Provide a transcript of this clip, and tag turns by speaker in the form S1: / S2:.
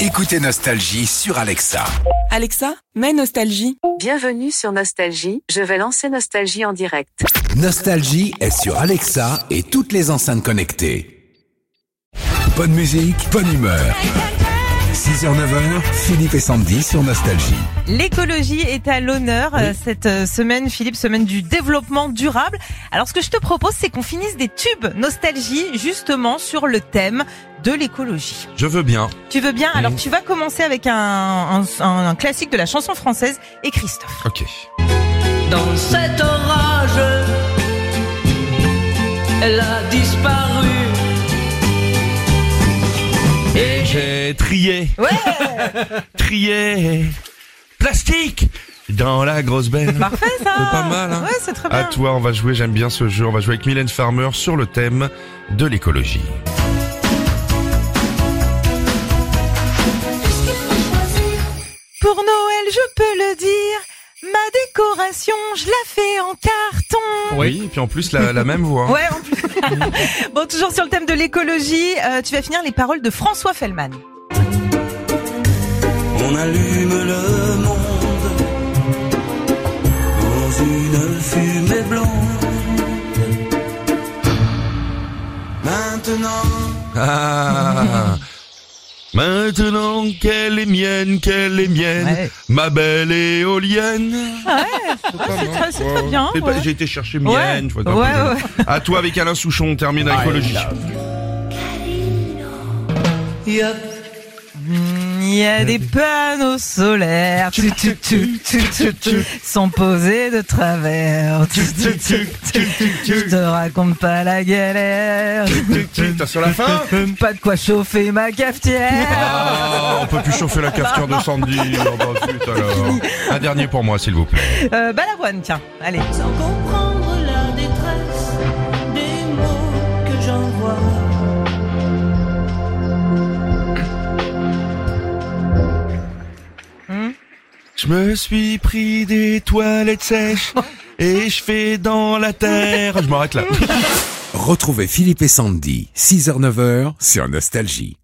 S1: Écoutez Nostalgie sur Alexa.
S2: Alexa, mets Nostalgie.
S3: Bienvenue sur Nostalgie, je vais lancer Nostalgie en direct.
S1: Nostalgie est sur Alexa et toutes les enceintes connectées. Bonne musique, bonne humeur. 6h, 9h, Philippe et Sandy sur Nostalgie.
S4: L'écologie est à l'honneur euh, cette euh, semaine, Philippe, semaine du développement durable. Alors, ce que je te propose, c'est qu'on finisse des tubes nostalgie, justement, sur le thème de l'écologie.
S5: Je veux bien.
S4: Tu veux bien Alors, tu vas commencer avec un, un- un- un classique de la chanson française et Christophe.
S5: Ok.
S6: Dans cet orage, elle a disparu.
S5: Et j'ai trié.
S4: Ouais.
S5: trié. Plastique dans la grosse belle.
S4: Parfait, ça
S5: C'est pas mal, hein
S4: Ouais, c'est très
S5: À
S4: bien.
S5: toi, on va jouer, j'aime bien ce jeu. On va jouer avec Mylène Farmer sur le thème de l'écologie.
S4: Pour Noël, je peux le dire, ma décoration, je la fais en carton.
S5: Oui, et puis en plus, la, la même voix.
S4: Ouais, en plus. bon, toujours sur le thème de l'écologie, euh, tu vas finir les paroles de François Fellman.
S7: On allume le monde dans une fumée blonde. Maintenant,
S5: Ah. Maintenant qu'elle est mienne, qu'elle est mienne,
S4: Ouais. Ah
S5: ma belle éolienne.
S4: c'est très- c'est très bien,
S5: C'est pas-
S4: ouais.
S5: J'ai été chercher mienne.
S4: Ouais.
S5: tu vois, dans
S4: Ouais,
S5: le-
S4: ouais.
S5: À toi avec Alain Souchon, on termine avec l'écologie.
S6: Yep.
S4: Il y a des panneaux solaires Euh, tu, tu, tu, tu, tu, tu, sont posés de travers. Tu, tu, tu, tu, Je te raconte pas la galère.
S5: T'as sur la fin
S4: Pas de quoi chauffer ma cafetière.
S5: Ah, on peut plus chauffer la cafetière de Sandy. Oh, bah, zut, alors. Un dernier pour moi, s'il vous plaît.
S4: Euh, Balavoine, tiens, allez.
S8: sans comprendre la détresse des mots que j'envoie.
S5: Je me suis pris des toilettes sèches et je fais dans la terre. Je m'arrête là.
S1: Retrouvez Philippe et Sandy, 6h, 9h sur Nostalgie.